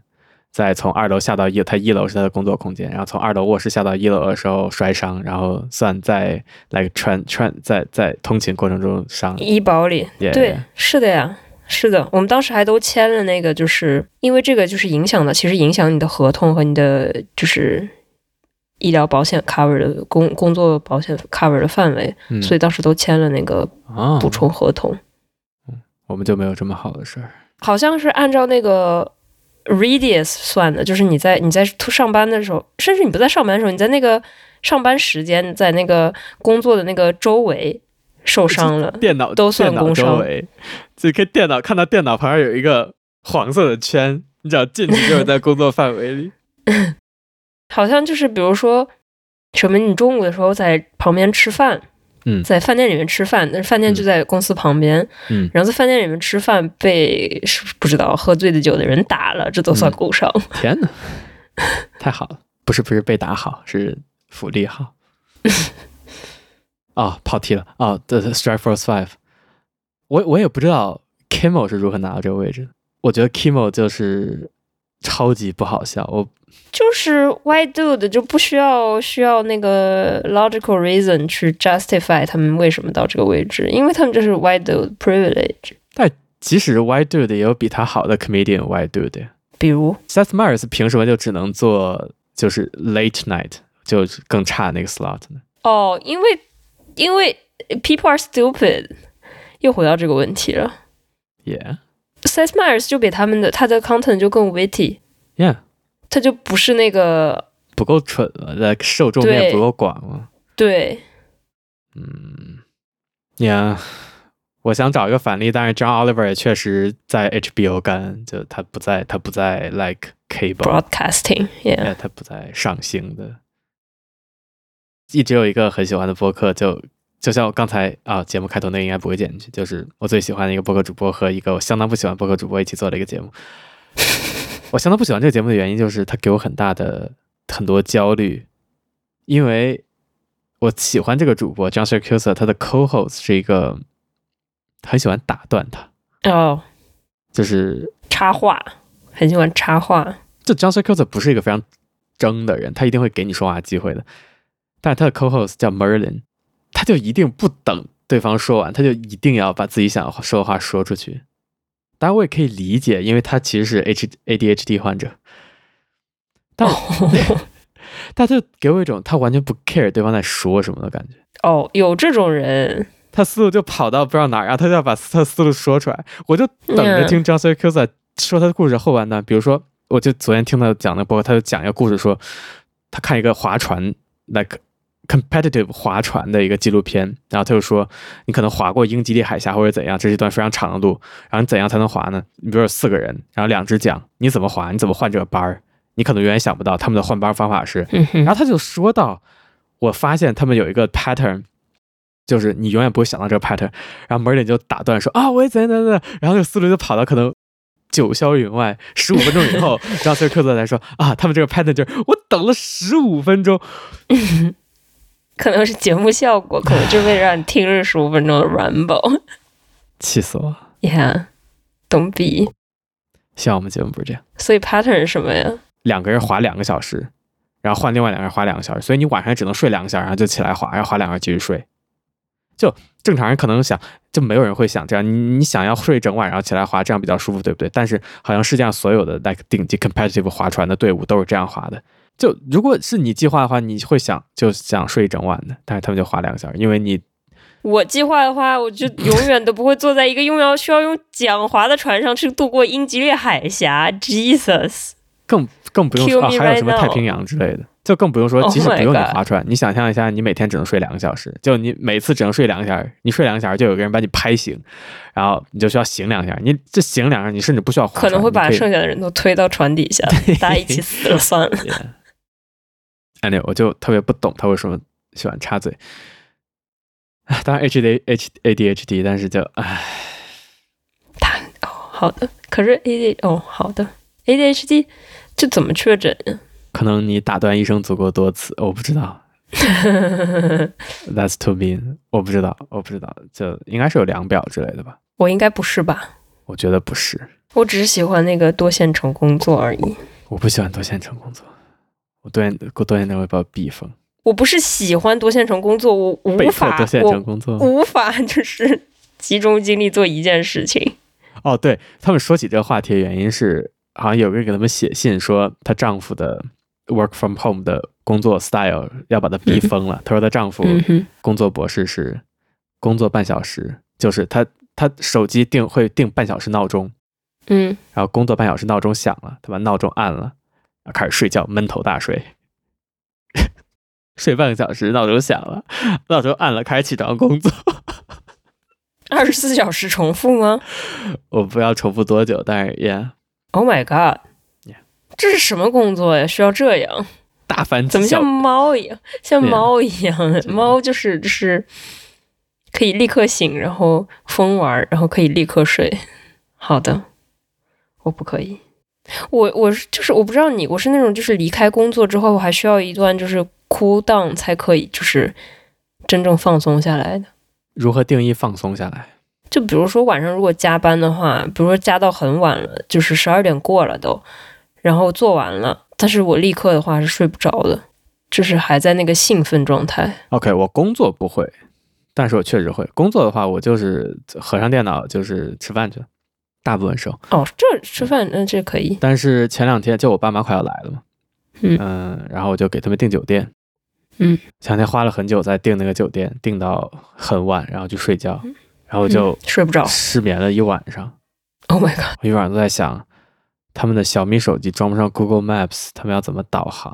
Speaker 2: 在从二楼下到一，他一楼是他的工作空间，然后从二楼卧室下到一楼的时候摔伤，然后算在 like 穿穿在在通勤过程中伤。
Speaker 1: 医保里，
Speaker 2: Yeah,
Speaker 1: 对，是的呀，是的，我们当时还都签了那个，就是因为这个就是影响的，其实影响你的合同和你的就是医疗保险 cover 的工工作保险 cover 的范围，
Speaker 2: 嗯，
Speaker 1: 所以当时都签了那个
Speaker 2: 啊，
Speaker 1: 补充合同，
Speaker 2: 我们就没有这么好的事儿。
Speaker 1: 好像是按照那个 radius 算的，就是你在你在上班的时候，甚至你不在上班的时候，你在那个上班时间，在那个工作的那个周围受伤
Speaker 2: *laughs*
Speaker 1: 了，
Speaker 2: 电脑
Speaker 1: 都算
Speaker 2: 电脑
Speaker 1: 工
Speaker 2: 周
Speaker 1: 伤
Speaker 2: 围，就可以电脑看到电脑旁边有一个黄色的圈，你只要进去就是在工作范围里。
Speaker 1: 好像就是比如说什么，你中午的时候在旁边吃饭，
Speaker 2: 嗯
Speaker 1: 在饭店里面吃饭，但是饭店就在公司旁边，
Speaker 2: 嗯，
Speaker 1: 然后在饭店里面吃饭被是不知道喝醉的酒的人打了，这都
Speaker 2: 嗯
Speaker 1: 算工伤。
Speaker 2: *laughs*
Speaker 1: *laughs*
Speaker 2: 天哪，太好了！不是不是被打好，是福利 *laughs* 好。啊、跑题了啊！对、对 Strike Force Five，我我也不知道 Kimmel 是如何拿到这个位置的。我觉得 Kimmel 就是超级不好笑，我
Speaker 1: 就是 why dude 就不需要需要那个 logical reason 去 justify 他们为什么到这个位置，因为他们就是 why dude privilege。
Speaker 2: 即使 White Dude 也有比他好的 comedian White Dude。
Speaker 1: 比如
Speaker 2: Seth Meyers 凭什么就只能做就是 late night，就是更差那个 slot 呢？
Speaker 1: 哦，因为因为 people are stupid，又回到这个问题了。
Speaker 2: Yeah,
Speaker 1: Seth Meyers 就比他们的他的 content 就更 witty，
Speaker 2: yeah，
Speaker 1: 他就不是那个
Speaker 2: 不够蠢了，那个受众
Speaker 1: 对
Speaker 2: 面不够广了。
Speaker 1: 对
Speaker 2: 嗯，Yeah，我想找一个反例，但是 John Oliver 也确实在 HBO 干，就他不在，他不在 like cable，
Speaker 1: broadcasting，yeah，
Speaker 2: 哎，他不在上星的。一直有一个很喜欢的播客，就就像我刚才啊，节目开头那个应该不会剪进去，就是我最喜欢的一个播客主播和一个我相当不喜欢播客主播一起做的一个节目。我相当不喜欢这个节目的原因就是它给我很大的很多焦虑，因为我喜欢这个主播 John Siracusa，他的 co-host 是一个很喜欢打断他，
Speaker 1: 哦，
Speaker 2: 就是
Speaker 1: 插画，很喜欢插画，
Speaker 2: 就 John Siracusa 不是一个非常争的人，他一定会给你说话机会的。但是他的 co-host 叫 Merlin，他就一定不等对方说完，他就一定要把自己想说的话说出去。当然，我也可以理解，因为他其实是 H ADHD 患者，但
Speaker 1: 哦
Speaker 2: 但他就给我一种他完全不 care 对方在说什么的感觉。
Speaker 1: *laughs* 哦，有这种人，
Speaker 2: 他思路就跑到不知道哪儿，然啊后他就要把他的思路说出来。我就等着听 John C. c u s a 说他的故事后半段。比如说，我就昨天听他讲的播客，他就讲一个故事说，他看一个划船，like competitive 划船的一个纪录片，然后他就说，你可能划过英吉利海峡或者怎样，这是一段非常长的路，然后你怎样才能划呢？你比如说有四个人，然后两只桨，你怎么划？你怎么换这个班儿？你可能永远想不到他们的换班方法是
Speaker 1: 嗯哼，
Speaker 2: 然后他就说到，我发现他们有一个 pattern，就是你永远不会想到这个 pattern。然后 Merlin 就打断说啊，我也怎样怎样怎样，然后这个思路就跑到可能九霄云外。十五分钟以后，然后这个克特才说啊，他们这个 pattern 就是我等了十五分钟，
Speaker 1: 可能是节目效果，可能就为了让你听这十五分钟的 ramble。
Speaker 2: 气死我！
Speaker 1: *laughs* Yeah，懂逼。
Speaker 2: 希望我们节目不是这样，
Speaker 1: 所以 pattern 是什么呀？
Speaker 2: 两个人滑两个小时，然后换另外两个人滑两个小时，所以你晚上只能睡两个小时，然后就起来滑，然后滑两个小时继续睡。就正常人可能想，就没有人会想这样。你你想要睡一整晚，然后起来滑，这样比较舒服，对不对？但是好像世界上所有的 like 顶级 competitive 划船的队伍都是这样滑的。就如果是你计划的话，你会想就想睡一整晚的，但是他们就滑两个小时，因为你
Speaker 1: 我计划的话，我就永远都不会坐在一个用要需要用桨划的船上去度过英吉利海峡。Jesus，
Speaker 2: 更更不用说、
Speaker 1: Kill
Speaker 2: 啊
Speaker 1: me
Speaker 2: 还有什么
Speaker 1: right now
Speaker 2: 太平洋之类的，就更不用说，
Speaker 1: Oh
Speaker 2: 即使不用你
Speaker 1: my god
Speaker 2: 划船你想象一下，你每天只能睡两个小时，就你每次只能睡两个小时，你睡两个小时就有个人把你拍醒，然后你就需要醒两下，你这醒两下，你甚至不需要划
Speaker 1: 可
Speaker 2: 船，
Speaker 1: 能会把
Speaker 2: 啊你以
Speaker 1: 剩下的人都推到船底下，大家一起死了算了。
Speaker 2: *laughs* 哎，那我就特别不懂他为什么喜欢插嘴。啊当然 H D H A D H D，但是就唉，
Speaker 1: 他哦，好的。可是 A D 哦，好的 A D H D 这怎么确诊 *laughs* 呀？
Speaker 2: 可能你打断医生足够多次，我不知道。That's too mean，我不知道，我不知道，就应该是有量表之类的吧？
Speaker 1: 我应该不是吧？
Speaker 2: 我觉得不是，
Speaker 1: 我只是喜欢那个多线程工作而已。我
Speaker 2: 我不喜欢多线程工作，我多线我多线程会把我逼疯，
Speaker 1: 我不是喜欢多线程工作，我
Speaker 2: 被
Speaker 1: 无
Speaker 2: 迫
Speaker 1: 法
Speaker 2: 多线程工
Speaker 1: 我
Speaker 2: 作。
Speaker 1: 无法就是集中精力做一件事情。
Speaker 2: 哦，对他们说起这个话题的原因是，好像有个人给他们写信说，她丈夫的 work from home 的工作 style 要把她逼疯了。她说她丈夫
Speaker 1: 嗯哼，
Speaker 2: 工作博士是工作半小时，就是她她手机定会定半小时闹钟，
Speaker 1: 嗯，
Speaker 2: 然后工作半小时闹钟响了，他把闹钟按了，然后开始睡觉，闷头大睡， *laughs* 睡半个小时，闹钟响了，闹钟按了，开始起床工作。
Speaker 1: 二十四小时重复吗
Speaker 2: 我不要重复多久，但是也
Speaker 1: ？Oh my god！
Speaker 2: Yeah
Speaker 1: 这是什么工作呀？需要这样？
Speaker 2: 大翻
Speaker 1: 怎么
Speaker 2: 小
Speaker 1: 像猫一样？像
Speaker 2: Yeah
Speaker 1: 猫一样？猫就是就是可以立刻醒，然后疯玩，然后可以立刻睡。好的，我不可以。我我是就是我不知道你，我是那种就是离开工作之后，我还需要一段就是 cool down 才可以，就是真正放松下来的。
Speaker 2: 如何定义放松下来？
Speaker 1: 就比如说晚上如果加班的话，比如说加到很晚了，就是十二点过了都，然后做完了，但是我立刻的话是睡不着的，就是还在那个兴奋状态。
Speaker 2: OK，我工作不会，但是我确实会工作的话，我就是合上电脑就是吃饭去了，大部分时候。
Speaker 1: 哦，这吃饭那这可以，
Speaker 2: 但是前两天就我爸妈快要来了嘛，
Speaker 1: 嗯
Speaker 2: 然后我就给他们订酒店，
Speaker 1: 嗯，
Speaker 2: 前两天花了很久在订那个酒店，订到很晚，然后就睡觉，然后我就
Speaker 1: 嗯睡不着。
Speaker 2: 失眠了一晚上，
Speaker 1: Oh my god！
Speaker 2: 我一晚上都在想，他们的小米手机装不上 Google Maps，他们要怎么导航？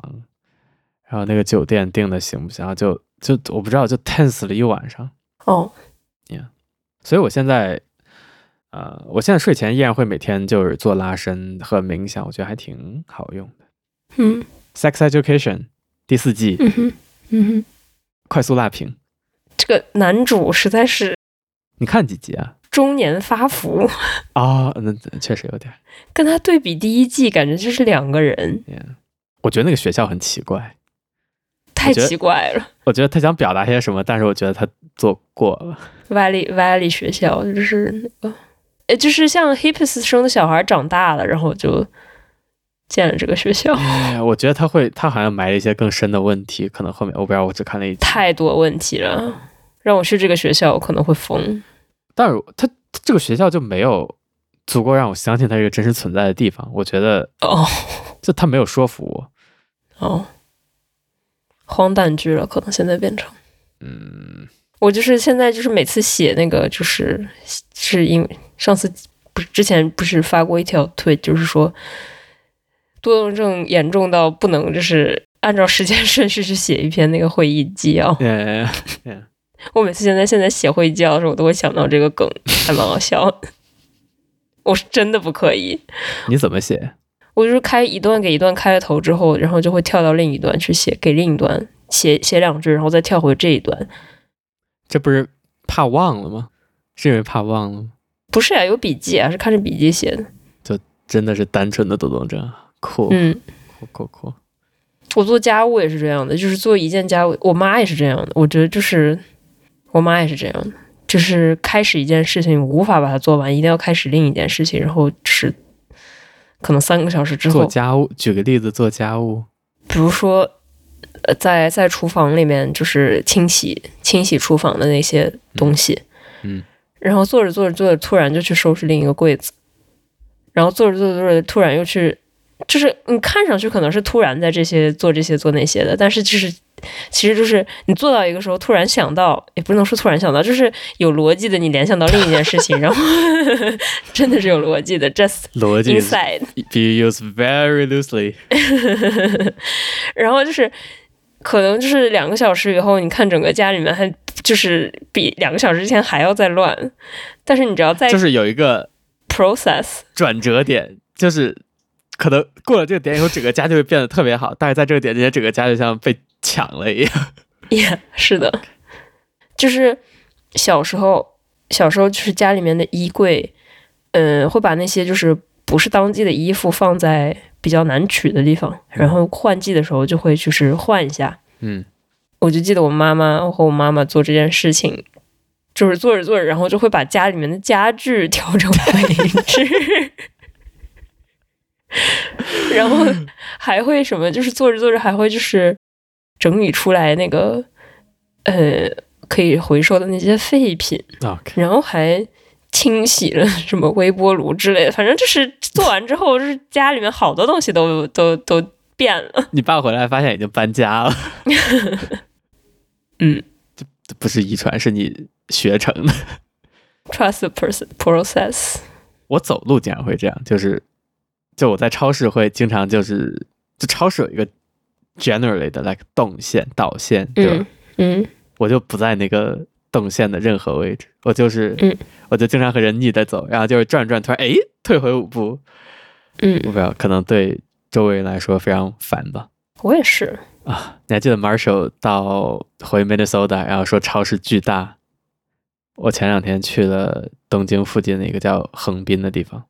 Speaker 2: 然后那个酒店订的行不行？然后就就我不知道，就 tense 了一晚上。
Speaker 1: 哦，
Speaker 2: 所以我现在，呃，我现在睡前依然会每天就是做拉伸和冥想，我觉得还挺好用。
Speaker 1: 嗯
Speaker 2: 《Sex Education》第四季
Speaker 1: 嗯哼嗯哼，
Speaker 2: 快速辣评，
Speaker 1: 这个男主实在是
Speaker 2: 你看几集啊？
Speaker 1: 中年发福，
Speaker 2: 啊、那确实有点。
Speaker 1: 跟他对比第一季，感觉就是两个人，
Speaker 2: 我觉得那个学校很奇怪，
Speaker 1: 太
Speaker 2: 觉得
Speaker 1: 奇怪了。
Speaker 2: 我觉得他想表达些什么，但是我觉得他做过
Speaker 1: 哦
Speaker 2: 了。
Speaker 1: Valley Valley 学校，就是那个，呃，就是像 Hips 生的小孩长大了，然后就建了这个学校，
Speaker 2: 哎，我觉得他会，他好像埋了一些更深的问题，可能后面我不知道，我只看了一集。
Speaker 1: 太多问题了。让我去这个学校，我可能会疯。
Speaker 2: 但是他这个学校就没有足够让我相信它是一个真实存在的地方。我觉得
Speaker 1: 哦
Speaker 2: 就他没有说服我。
Speaker 1: 哦，荒诞剧了，可能现在变成。
Speaker 2: 嗯，
Speaker 1: 我就是现在就是每次写那个，就是是因为上次不是之前不是发过一条推，就是说多动症严重到不能就是按照时间顺序去写一篇那个会议纪要。
Speaker 2: 呃，
Speaker 1: 我每次现在现在写会议纪要的时候，我都会想到这个梗，还蛮好笑的。我是真的不可以，
Speaker 2: 你怎么写？
Speaker 1: 我就是开一段给一段开了头之后，然后就会跳到另一段去写，给另一段写写两句，然后再跳回这一段。
Speaker 2: 这不是怕忘了吗？是因为怕忘了吗？
Speaker 1: 不是啊，有笔记啊，是看着笔记写的。
Speaker 2: 真的是单纯的多动症，啊酷
Speaker 1: 嗯，
Speaker 2: 酷酷酷！
Speaker 1: 我做家务也是这样的，就是做一件家务，我妈也是这样的。我觉得就是我妈也是这样的，就是开始一件事情无法把它做完，一定要开始另一件事情，然后是可能三个小时之后
Speaker 2: 做家务，举个例子，做家务，
Speaker 1: 比如说，呃，在在厨房里面就是清洗清洗厨房的那些东西，
Speaker 2: 嗯嗯
Speaker 1: 然后做着做着做着，突然就去收拾另一个柜子，然后做着做着做着，突然又去，就是你看上去可能是突然在这些做这些做那些的，但是就是其实就是你做到一个时候，突然想到，也不能说突然想到，就是有逻辑的，你联想到另一件事情，然后真的是有逻辑的，just
Speaker 2: 逻辑 is
Speaker 1: inside。
Speaker 2: be used very loosely。
Speaker 1: 然后就是可能就是两个小时以后，你看整个家里面还就是比两个小时之前还要再乱，但是你只要在
Speaker 2: 就是有一个
Speaker 1: process，
Speaker 2: 转折点，就是 *laughs* 可能过了这个点以后，整个家就会变得特别好，但是在这个点之前，整个家就像被抢了一样。
Speaker 1: 也、是的， *laughs* 就是小时候小时候就是家里面的衣柜，嗯，会把那些就是不是当季的衣服放在比较难取的地方，然后换季的时候就会就是换一下，
Speaker 2: *laughs* 嗯，
Speaker 1: 我就记得我妈妈和我妈妈做这件事情，就是做着做着，然后就会把家里面的家具 *laughs* 调整为一致，然后还会什么，就是做着做着还会就是整理出来那个呃可以回收的那些废品，
Speaker 2: OK，
Speaker 1: 然后还清洗了什么微波炉之类的，反正就是做完之后，就是家里面好多东西都都都变了。
Speaker 2: 你爸回来发现已经搬家了。
Speaker 1: 嗯，
Speaker 2: *laughs* 这不是遗传，是你学成的。 *laughs*
Speaker 1: Trust the person process。
Speaker 2: 我走路经常会这样，就是就我在超市会经常就是，就超市有一个 generally 的 like 动线导线，对吧？
Speaker 1: 嗯嗯
Speaker 2: 我就不在那个动线的任何位置，我就是，
Speaker 1: 嗯
Speaker 2: 我就经常和人逆着走，然后就是转转，突然哎退回五步，我
Speaker 1: 嗯，
Speaker 2: 不知道，可能对周围人来说非常烦吧。
Speaker 1: 我也是。
Speaker 2: 啊，你还记得 Marshall 到回 Minnesota，然后说超市巨大？我前两天去了东京附近的一个叫横滨的地方，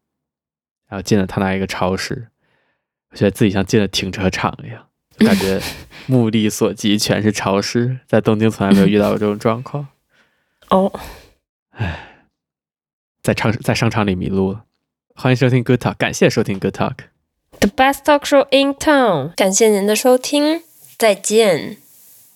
Speaker 2: 然后进了他那一个超市，我觉得自己像进了停车场一样，就感觉目力所及全是超市，在东京从来没有遇到过这种状况，
Speaker 1: 哦，
Speaker 2: 在超市在商场里迷路了。欢迎收听 Good Talk，感谢收听 Good Talk。
Speaker 1: The best talk show in town。
Speaker 3: 感谢您的收听，再见。